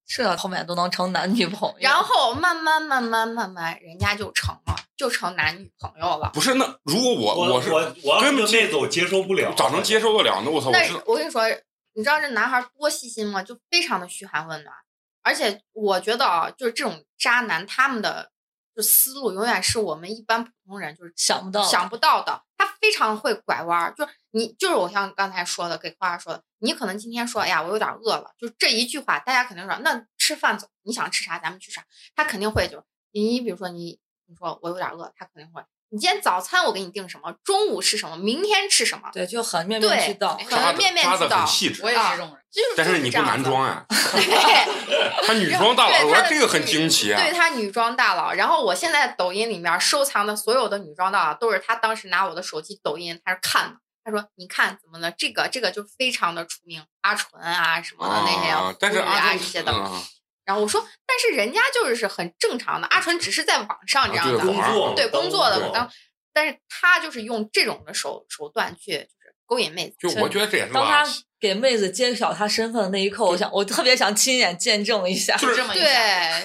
Speaker 5: 这啊后面都能成男女朋友。
Speaker 3: 然后慢慢慢慢慢慢，人家就成了，就成男女朋友了。
Speaker 1: 不是那如果我
Speaker 4: 我
Speaker 1: 是
Speaker 4: 我我要
Speaker 1: 根
Speaker 4: 是
Speaker 1: 本
Speaker 4: 个妹子，我接受不了，
Speaker 1: 咋能接受得了哦呢？我操，我
Speaker 3: 那
Speaker 1: 是
Speaker 3: 我跟你说，你知道这男孩多细心吗？就非常的嘘寒问暖，而且我觉得啊，就是这种渣男他们的就思路永远是我们一般普通人就是
Speaker 5: 想不到，
Speaker 3: 想不到的。他非常会拐弯儿，就是你就是我像刚才说的，给花花说的，你可能今天说，哎呀，我有点饿了，就这一句话，大家肯定说，那吃饭走，你想吃啥咱们去啥，他肯定会就你比如说你你说我有点饿，他肯定会，你今天早餐我给你定什么，中午吃什么，明天吃什么，
Speaker 5: 对，就很面面
Speaker 3: 对，
Speaker 5: 俱到。
Speaker 3: 可
Speaker 1: 扎
Speaker 3: 能
Speaker 1: 的
Speaker 3: 面面
Speaker 1: 扎
Speaker 3: 俱
Speaker 1: 的
Speaker 3: 到
Speaker 1: 很，细致
Speaker 2: 我，也是这种人，
Speaker 3: 就是
Speaker 1: 但
Speaker 3: 就是
Speaker 1: 你
Speaker 3: 这
Speaker 1: 不
Speaker 3: 样
Speaker 1: 男
Speaker 3: 子
Speaker 1: 装啊，
Speaker 3: 对，
Speaker 1: 他女装大佬，
Speaker 3: 对
Speaker 1: 我
Speaker 3: 他
Speaker 1: 说
Speaker 3: 的
Speaker 1: 这个很
Speaker 3: 女
Speaker 1: 惊奇啊
Speaker 3: 对。他女装大佬，然后我现在抖音里面收藏的所有的女装大佬，都是他当时拿我的手机抖音，他是看的。他说：“你看怎么了？这个这个就非常的出名，阿纯啊什么的那些，
Speaker 1: 啊，但是
Speaker 3: 胡宇啊
Speaker 1: 阿
Speaker 3: 这些的。
Speaker 1: 嗯
Speaker 3: 然后我说，但是人家就是很正常的，阿纯只是在网上这
Speaker 1: 啊
Speaker 3: 样
Speaker 1: 对
Speaker 3: 的，
Speaker 1: 网
Speaker 4: 工作
Speaker 3: 对工作的
Speaker 1: 对
Speaker 3: 当，但是他就是用这种的手手段去就是勾引妹子。
Speaker 1: 就我觉得这也是
Speaker 5: 当
Speaker 1: 吧
Speaker 3: 啊
Speaker 5: 他，给妹子揭晓他身份的那一刻，我想，我特别想亲眼见证一下。
Speaker 1: 就是
Speaker 2: 这么一
Speaker 3: 对，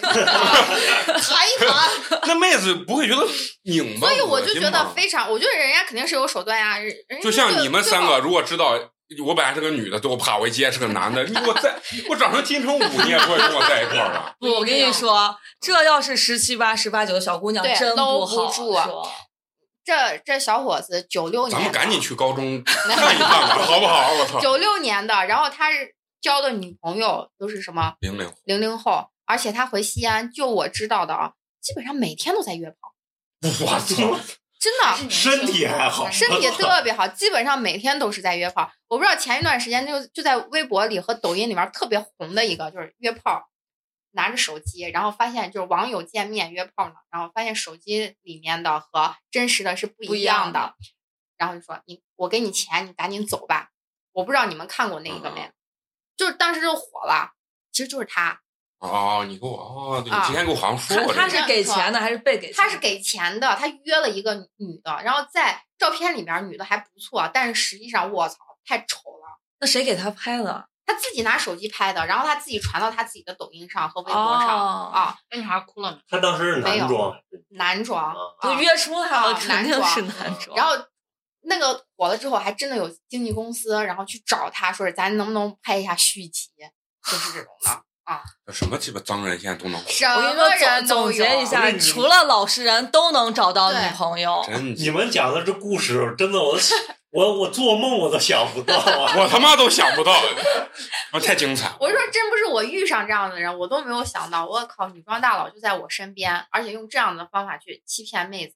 Speaker 2: 想
Speaker 3: 谈一谈。”
Speaker 1: 那妹子不会觉得拧巴，
Speaker 3: 所以我就
Speaker 1: 恶心
Speaker 3: 觉得
Speaker 1: 吗
Speaker 3: 非常，我觉得人家肯定是有手段呀、人人家
Speaker 1: 就像你们
Speaker 3: 最
Speaker 1: 三
Speaker 3: 好
Speaker 1: 个，如果知道我本来是个女的，对我怕我一接是个男的，你我在我长成金城武，你也不会跟我在一块儿 吧？
Speaker 5: 不，我跟你说，这要是十七八、十八九的小姑娘，
Speaker 3: 对
Speaker 5: 真
Speaker 3: 搂不
Speaker 5: 好
Speaker 3: 住啊
Speaker 5: 说。
Speaker 3: 这这小伙子九六年
Speaker 1: 咱
Speaker 3: 的，
Speaker 1: 们赶紧去高 中看一看吧，好不好？我操，
Speaker 3: 九六年的，然后他是交的女朋友都是什么
Speaker 1: 零零后
Speaker 3: 零零后，而且他回西安，就我知道的啊，基本上每天都在约炮，
Speaker 1: 我
Speaker 4: 啊
Speaker 1: 操，
Speaker 3: 真
Speaker 2: 还
Speaker 3: 的
Speaker 2: 是年轻
Speaker 4: 身体还好，
Speaker 3: 身体特别好，基本上每天都是在约炮。我不知道前一段时间就就在微博里和抖音里面特别红的一个，就是约炮，拿着手机，然后发现就是网友见面约炮呢，然后发现手机里面的和真实的是不
Speaker 2: 不一
Speaker 3: 一
Speaker 2: 样
Speaker 3: 样
Speaker 2: 的
Speaker 3: 的，然后就说你我给你钱，你赶紧走吧。我不知道你们看过那个没，就是当时就火了，其实就是他，
Speaker 1: 哦，你给我哦，对你
Speaker 3: 啊
Speaker 1: 之前给我好像说
Speaker 5: 看
Speaker 1: 过这个，
Speaker 5: 他是给钱的还是被给钱？
Speaker 3: 他是给钱的，他约了一个女的，然后在照片里面女的还不错，但是实际上卧槽太丑了。
Speaker 5: 那谁给他拍的？
Speaker 3: 他自己拿手机拍的，然后他自己传到他自己的抖音上和微博上、
Speaker 5: 哦
Speaker 3: 啊，
Speaker 2: 那女孩哭了没？
Speaker 4: 他当时是
Speaker 3: 没有
Speaker 4: 男装，
Speaker 3: 男装
Speaker 4: 啊
Speaker 5: 都
Speaker 3: 啊
Speaker 5: 约出来了，
Speaker 3: 啊
Speaker 5: 肯定是男
Speaker 4: 男
Speaker 5: 装。
Speaker 4: 装
Speaker 3: 然后那个火了之后，还真的有经纪公司，然后去找他说是咱能不能拍一下续集，就是这种的。
Speaker 1: 什么鸡巴脏人现在都 能
Speaker 3: 什
Speaker 5: 我跟你
Speaker 3: 么
Speaker 5: 说，
Speaker 3: 人
Speaker 5: 总
Speaker 3: 都
Speaker 5: 总
Speaker 3: 有
Speaker 5: 结一
Speaker 4: 不
Speaker 5: 下
Speaker 4: 是，你
Speaker 5: 除了老实人都能找到女
Speaker 3: 对
Speaker 5: 朋友。
Speaker 1: 真
Speaker 4: 你们讲的这故事，真的我我我做梦我都想不到 啊！
Speaker 1: 我他妈都想不 到，我太精彩了。
Speaker 3: 我说真不是我遇上这样的人，我都没有想到，我靠，女装大佬就在我身边，而且用这样的方法去欺骗妹子。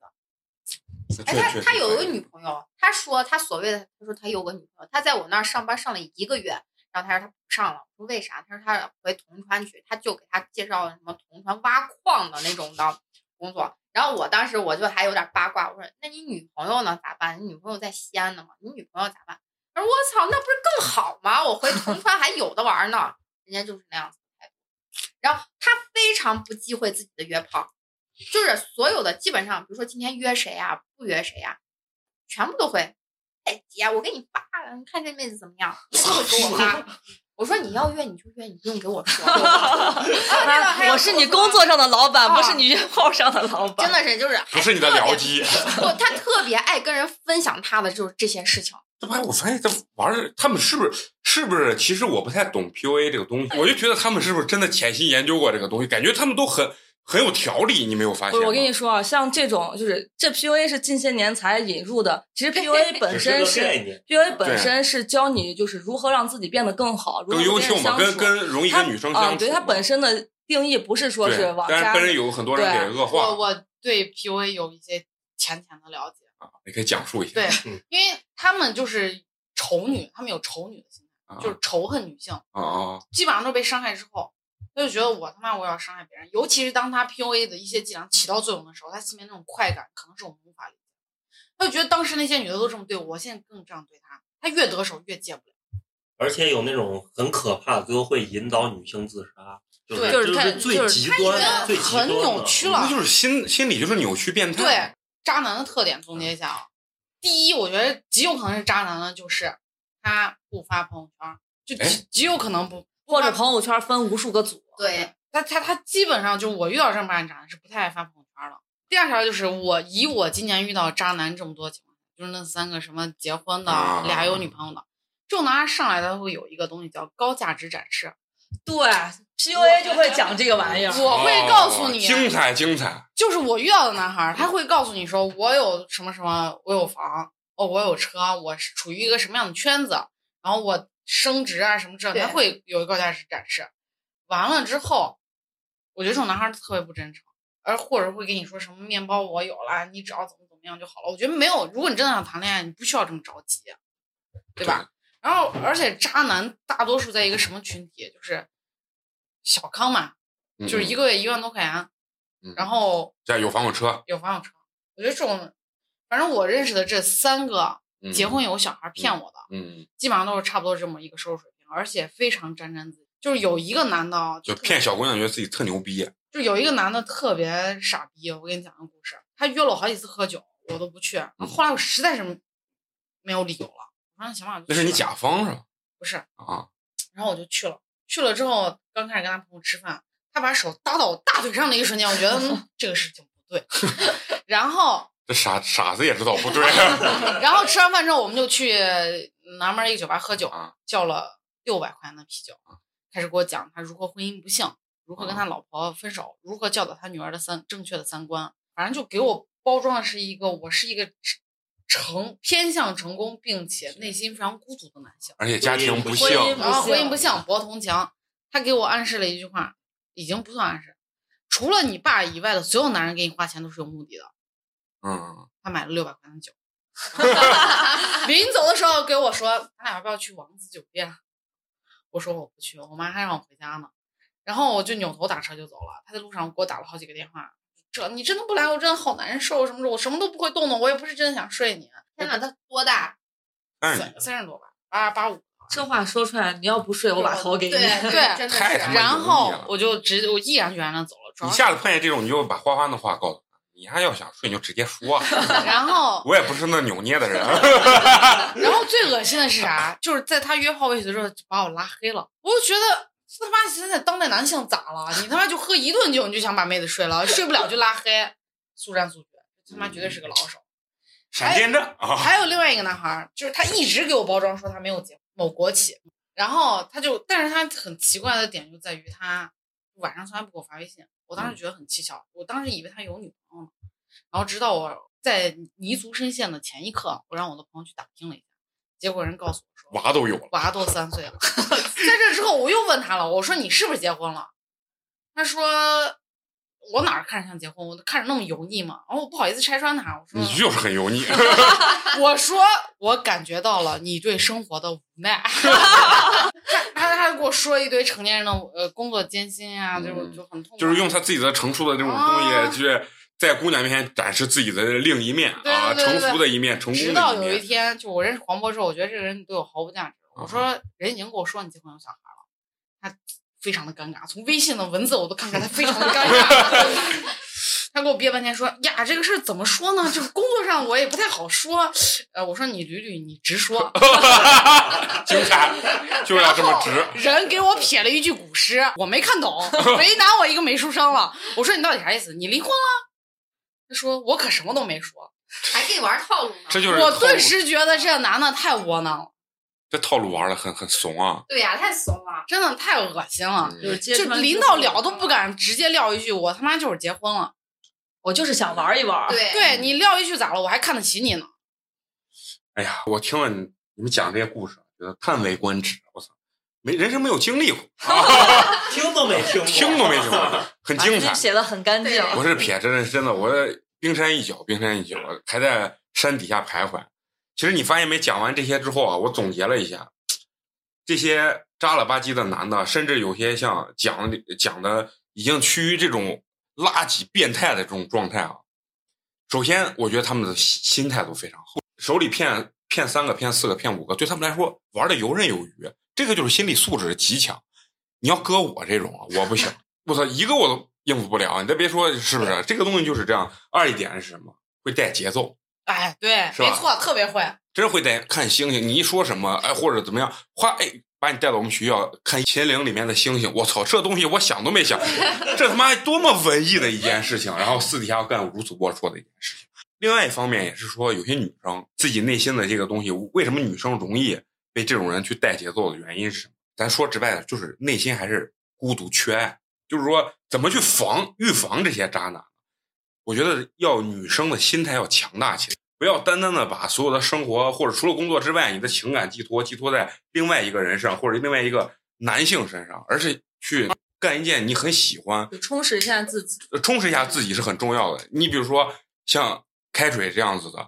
Speaker 3: 哎，
Speaker 1: 确
Speaker 3: 他
Speaker 1: 实
Speaker 3: 他有
Speaker 1: 可以
Speaker 3: 一个女朋友，他说他所谓的，他说他有个女朋友，他在我那儿上班上了一个月，然后他说他不上了，我说为啥？他说他回铜川去，他就给他介绍了什么铜川挖矿的那种的工作。然后我当时我就还有点八卦，我说那你女朋友呢？咋办？你女朋友在西安呢嘛？你女朋友咋办？他说我操，那不是更好吗？我回铜川还有的玩呢，人家就是那样子的态度。然后他非常不忌讳自己的约炮，就是所有的基本上，比如说今天约谁啊，不约谁啊，全部都会。哎姐，我给你发了，你看这妹子怎么样？他就会给我发。 我说你要约你就约，你不用给我说。啊真的还有
Speaker 5: 我是你工作上的老板，
Speaker 3: 啊
Speaker 5: 不是你约炮上的老板。
Speaker 3: 真的是就是
Speaker 1: 不是你的僚机，
Speaker 3: 不，他特别爱跟人分享他的就是这些事情。
Speaker 1: 这不还我发现这玩儿，他们是不是是不是？其实我不太懂 PUA 这个东西，我就觉得他们是不是真的潜心研究过这个东西？感觉他们都很很有条理，你没有发
Speaker 5: 不
Speaker 1: 现
Speaker 5: 是，
Speaker 1: 吗？
Speaker 5: 我跟你说啊，像这种就是这 PUA 是近些年才引入的，其 实 PUA 本
Speaker 4: 只是
Speaker 5: 身
Speaker 4: 个概
Speaker 5: 是
Speaker 4: 念，
Speaker 5: PUA 本身是教你就是如何让自己变得更好，如何
Speaker 1: 啊更优秀嘛，
Speaker 5: 跟人
Speaker 1: 跟
Speaker 5: 相处
Speaker 1: 跟容易
Speaker 5: 它
Speaker 1: 跟女生
Speaker 5: 啊
Speaker 1: 相处。
Speaker 5: 对它本身的定义不是说
Speaker 1: 对
Speaker 5: 是往
Speaker 1: 但
Speaker 5: 家
Speaker 1: 是跟人有很多人
Speaker 5: 对
Speaker 1: 给恶
Speaker 2: 我
Speaker 1: 化，
Speaker 2: 我对 PUA 有一些浅浅的了解，
Speaker 1: 你可以讲述一下。
Speaker 2: 对
Speaker 4: 嗯，
Speaker 2: 因为他们就是仇女，他们有仇女的心态，
Speaker 1: 啊
Speaker 2: 就是
Speaker 4: 嗯
Speaker 2: 仇恨女性，
Speaker 1: 啊啊！
Speaker 2: 基本上都是被伤害之后，他就觉得我他妈我要伤害别人，尤其是当他 PUA 的一些伎俩起到作用的时候，他心里面那种快感可能是我们无法理解的，他就觉得当时那些女的都这么对我，我现在更这样对他，他越得手越戒不了。
Speaker 4: 而且有那种很可怕的，最后会引导女性自杀，就是
Speaker 5: 对
Speaker 4: 这
Speaker 5: 就是
Speaker 4: 是
Speaker 5: 看
Speaker 4: 最
Speaker 5: 就是
Speaker 4: 极
Speaker 2: 他已
Speaker 4: 端的、最
Speaker 2: 经
Speaker 4: 极端
Speaker 2: 很
Speaker 4: 的
Speaker 2: 扭曲
Speaker 1: 那
Speaker 2: 了，
Speaker 1: 就是心心理就是扭曲变态。
Speaker 2: 对，渣男的特点总结一下啊，第一，我觉得极有可能是渣男的，就是他不发朋友圈，就极极有可能不
Speaker 5: 或者朋友圈分无数个组，
Speaker 3: 对，
Speaker 2: 他他他基本上就我遇到正儿八经渣男是不太爱发朋友圈了。第二条就是我以我今年遇到渣男这么多情况下，就是那三个什么结婚的、
Speaker 1: 啊
Speaker 2: 俩有女朋友的，这种男孩上来他会有一个东西叫高价值展示，
Speaker 5: 对 PUA 就会讲这个玩意儿。
Speaker 2: 我会告诉
Speaker 1: 哦
Speaker 2: 你
Speaker 1: 精彩精彩，
Speaker 2: 就是我遇到的男孩儿，他会告诉你说我有什么什么，我有房，哦，我有车，我是处于一个什么样的圈子，然后我升职啊什么之类的，
Speaker 3: 对
Speaker 2: 他会有一个价值展示。完了之后，我觉得这种男孩儿特别不真诚，而或者会跟你说什么面包我有了，你只要怎么怎么样就好了。我觉得没有，如果你真的想谈恋爱，你不需要这么着急，对吧？然后，而且渣男大多数在一个什么群体，就是小康嘛，
Speaker 1: 对？
Speaker 2: 就是一
Speaker 1: 个，
Speaker 2: 个月一万多块钱，
Speaker 1: 嗯
Speaker 2: 然后
Speaker 1: 这有房有车，
Speaker 2: 有房有车。我觉得这种，反正我认识的这三个
Speaker 1: 嗯
Speaker 2: 结婚有小孩骗我的，
Speaker 1: 嗯，
Speaker 2: 基本上都是差不多这么一个收入水平，而且非常沾沾自喜。就是有一个男的啊，
Speaker 1: 就
Speaker 2: 特
Speaker 1: 骗，小姑娘觉得自己特牛逼，
Speaker 2: 就有一个男的特别傻逼。我给你讲个故事，他约了我好几次喝酒，我都不
Speaker 1: 嗯
Speaker 2: 去。后来我实在是没有理由了，我让他想办法就去
Speaker 1: 那
Speaker 2: 了。
Speaker 1: 是你甲方是吧？
Speaker 2: 不是？
Speaker 1: 啊，
Speaker 2: 然后我就去了，去了之后刚开始跟他朋友吃饭，他把手搭到我大腿上的一瞬间，我觉得、嗯、这个事情不 对。然后
Speaker 1: 这傻傻子也知道不 对，
Speaker 2: 然后吃完饭之后，我们就去南门一个酒吧喝酒
Speaker 1: 啊，
Speaker 2: 叫了六百块钱的啤酒，啊开始给我讲他如何婚姻不幸，如何跟
Speaker 5: 嗯
Speaker 2: 他老婆分手，如何教导他女儿的三正确的三观，反正就给我包装的是一个我是一个成偏向成功，并且内心非常孤独的男性，
Speaker 1: 而且家庭不幸
Speaker 5: 婚姻不幸啊
Speaker 2: 然后婚姻不幸，博同情。他给我暗示了一句话，已经不算暗示，除了你爸以外的所有男人给你花钱都是有目的的。
Speaker 1: 嗯，
Speaker 2: 他买了六百块钱的酒。临走的时候给我说，咱俩要不要去王子酒店？我说我不去，我妈还让我回家呢。然后我就扭头打车就走了。他在路上给我打了好几个电话，这你真的不来，我真的好难受，什么的，我什么都不会动的，我也不是真的想睡你。
Speaker 3: 天呐，他多大？
Speaker 1: 但是
Speaker 2: 三三十多吧，八八五。
Speaker 5: 这话说出来，你要不睡，我把头给你。
Speaker 3: 对
Speaker 2: 对
Speaker 3: 真的
Speaker 1: 太他妈
Speaker 3: 是。
Speaker 2: 然后
Speaker 1: 油腻了
Speaker 2: 我就直我毅然决然的走了。主
Speaker 1: 你
Speaker 2: 要
Speaker 1: 下次碰见这种，你就把花花的话告诉他，你还要想睡你就直接 说，啊
Speaker 2: 然后
Speaker 1: 我也不是那扭捏的 人，
Speaker 2: 然后最恶心的是啥？就是在他约炮位置之后就把我拉黑了，我就觉得。他妈现在当代男性咋了？你他妈就喝一顿酒你就想把妹子睡了，睡不了就拉黑，速战速决，他妈绝对是个老手。
Speaker 1: 闪电战啊，
Speaker 2: 还有另外一个男孩儿，就是他一直给我包装说他没有结婚某国企，然后他就，但是他很奇怪的点就在于他晚上从来不给我发微信，我当时觉得很蹊跷，我当时以为他有女朋友呢，然后直到我在泥足深陷的前一刻，我让我的朋友去打听了一下，结果人告诉我说
Speaker 1: 娃都有了，
Speaker 2: 娃都三岁了。 在这之后，我又问他了，我说你是不是结婚了？他说我哪儿看着像结婚，我看着那么油腻嘛。然后我不好意思拆穿他，我说
Speaker 1: 你就是很 油腻，
Speaker 2: 我说我感觉到了你对生活的无 奈。他他他给我说一堆成年人的呃工作艰辛啊，就
Speaker 1: 嗯
Speaker 2: 就很痛苦，
Speaker 1: 就是用他自己的成熟的这种
Speaker 2: 啊
Speaker 1: 东西去。在姑娘面前展示自己的另一面
Speaker 2: 对
Speaker 1: 啊，
Speaker 2: 对对
Speaker 1: 成
Speaker 2: 对
Speaker 1: 熟的一面，成
Speaker 2: 直
Speaker 1: 功
Speaker 2: 到
Speaker 1: 的一
Speaker 2: 有一
Speaker 1: 面，啊
Speaker 2: 天，就我认识黄渤之后，我觉得这个人对我毫无价值。我说人已经跟我说你结婚有小孩了，他非常的尴尬，从微信的文字我都看出来他非常的尴尬。 他给我憋半天说呀，这个事儿怎么说呢？就是工作上我也不太好说。呃，我说你捋捋，你直说。
Speaker 1: 精彩，就要这么直。
Speaker 2: 人给我撇了一句古诗，我没 看懂，为难我一个没书生了。我说你到底啥意思？你离婚了？他说我可什么都没说。
Speaker 3: 还给你玩套路呢？
Speaker 1: 这就是
Speaker 2: 我
Speaker 1: 套
Speaker 2: 顿
Speaker 1: 路
Speaker 2: 时觉得这男的太窝囊了，
Speaker 1: 这套路玩的很很怂啊，
Speaker 3: 对呀、太怂了。
Speaker 2: 真的太恶心了。
Speaker 5: 就是
Speaker 1: 嗯
Speaker 5: 揭
Speaker 2: 就
Speaker 5: 穿自己
Speaker 2: 临到了都不敢直接撂一句，我他妈就是结婚了。
Speaker 5: 我就是想玩一
Speaker 1: 啊
Speaker 5: 玩。
Speaker 3: 对
Speaker 2: 对你撂一句咋了？我还看得起你呢。
Speaker 1: 哎呀，我听了你你们讲这些故事，啊觉得叹为观止。我操，没人生没有经历过，
Speaker 4: 听都 没听过， 啊
Speaker 1: 听都没听 过，很
Speaker 5: 把
Speaker 1: 精
Speaker 5: 自己
Speaker 1: 彩。
Speaker 5: 写的很干 净
Speaker 3: 对。
Speaker 1: 我是撇，真的是真的，我这冰山一角，冰山一角，还在山底下徘徊。其实你发现没？讲完这些之后啊，我总结了一下，这些渣了吧唧的男的，甚至有些像讲的讲的已经趋于这种垃圾变态的这种状态啊。首先，我觉得他们的心心态都非常好，手里骗骗三个、骗四个、骗五个，对他们来说玩的游刃有余，这个就是心理素质极强。你要搁我这种啊，我不行，我操，一个我都应付不了，你再别说是不是？这个东西就是这样。二一点是什么？会带节奏，
Speaker 2: 哎，对，
Speaker 1: 是吧
Speaker 2: 没错，特别会。
Speaker 1: 真会带看星星。你一说什么，哎，或者怎么样，哗，哎，把你带到我们学校看秦岭里面的星星。我操，这东西我想都没想，这他妈多么文艺的一件事情。然后私底下要干如此龌龊的一件事情。另外一方面也是说，有些女生自己内心的这个东西，为什么女生容易被这种人去带节奏的原因是什么？咱说直白的，就是内心还是孤独缺爱。就是说，怎么去防预防这些渣男？我觉得要女生的心态要强大起来，不要单单的把所有的生活或者除了工作之外，你的情感寄托寄托在另外一个人上或者另外一个男性身上，而是去干一件你很喜欢、
Speaker 5: 就充实一下自己。
Speaker 1: 呃充实一下自己是很重要的。你比如说像开水这样子的，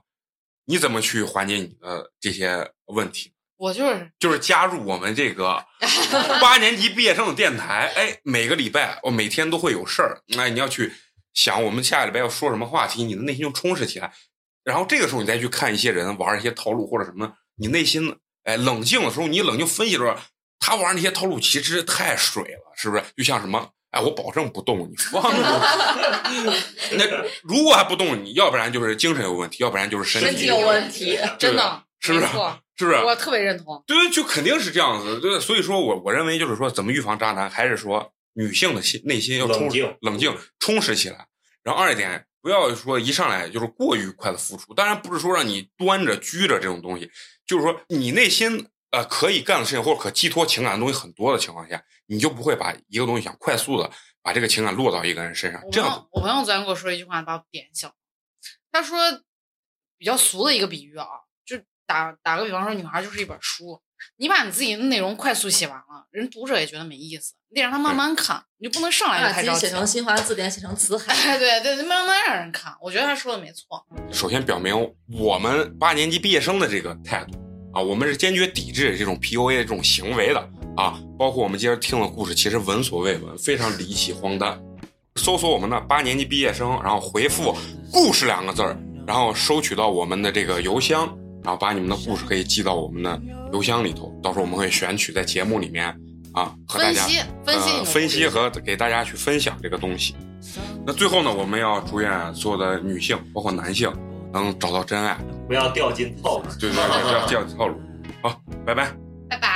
Speaker 1: 你怎么去缓解你的这些问题？
Speaker 2: 我就是
Speaker 1: 就是加入我们这 个八年级毕业生的电台。哎，每个礼拜我每天都会有事儿，哎，你要去想我们下礼拜要说什么话题，你的内心就充实起来。然后这个时候你再去看一些人玩一些套路或者什么，你内心哎冷静的时候，你冷静分析的时候，他玩那些套路其实太水了，是不是？就像什么。哎，我保证不 动你，放着。那如果还不动你，要不然就是精神有问题，要不然就是身体
Speaker 2: 身体有问题，真的，
Speaker 1: 是不是
Speaker 2: 没错，
Speaker 1: 是不是？
Speaker 2: 我特别认同。
Speaker 1: 对，就肯定是这样子。对，所以说我我认为就是说，怎么预防渣男，还是说女性的心内心要充
Speaker 4: 冷静嗯
Speaker 1: 冷静充实起来。然后二一点，不要说一上来就是过于快的付出。当然不是说让你端着拘着这种东西，就是说你内心呃可以干的事情或者可寄托情感的东西很多的情况下，你就不会把一个东西想快速的把这个情感落到一个人身上
Speaker 2: 我。
Speaker 1: 这
Speaker 2: 朋
Speaker 1: 样子
Speaker 2: 友，我朋友昨天跟我说一句话，把我点醒了。他说比较俗的一个比喻啊，就打打个比方说，女孩就是一本书，你把你自己的内容快速写完了，人读者也觉得没意思，你得让他慢慢看，你就不能上来
Speaker 5: 把
Speaker 2: 就太
Speaker 5: 自
Speaker 2: 着
Speaker 5: 己
Speaker 2: 急
Speaker 5: 写。成新华字典，写成词海。
Speaker 2: 哎， 对对，慢慢让人看。我觉得他说的没错。
Speaker 1: 首先表明我们八年级毕业生的这个态度啊，我们是坚决抵制这种 PUA 的这种行为的啊。包括我们今儿听的故事，其实闻所未闻，非常离奇荒诞。搜索我们的八年级毕业生，然后回复“故事”两个字儿，然后收取到我们的这个邮箱，然后把你们的故事可以寄到我们的邮箱里头，到时候我们会选取在节目里面啊和大
Speaker 2: 分
Speaker 1: 家
Speaker 2: 析分析你
Speaker 1: 呃、
Speaker 2: 的
Speaker 1: 分析和给大家去分享这个东西。那最后呢，我们要祝愿所有的女性，包括男性，能找到真爱。
Speaker 4: 不要掉进套路。
Speaker 1: 对对对，不要这样套路。好，拜拜。
Speaker 3: 拜拜。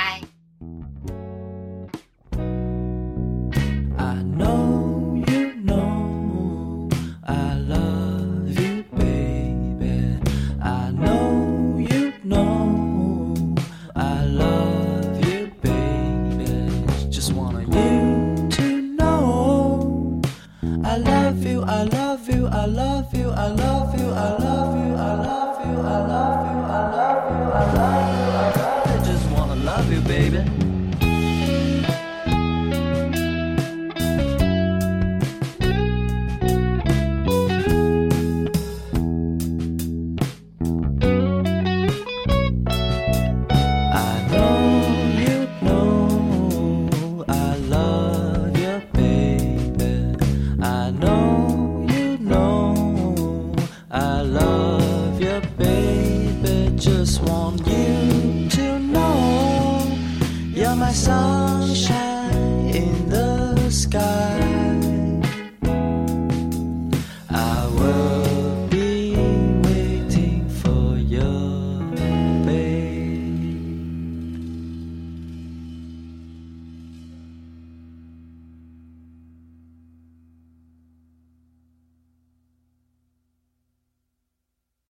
Speaker 6: I know you know I love you, baby. I know you know I love you, baby. Just wanna you to know I love you, I love you, I love you, I love you, I love you, I love you, I love you, I love you, I love you, I love you. Just wanna love you, baby. I know you know I love you, baby. I know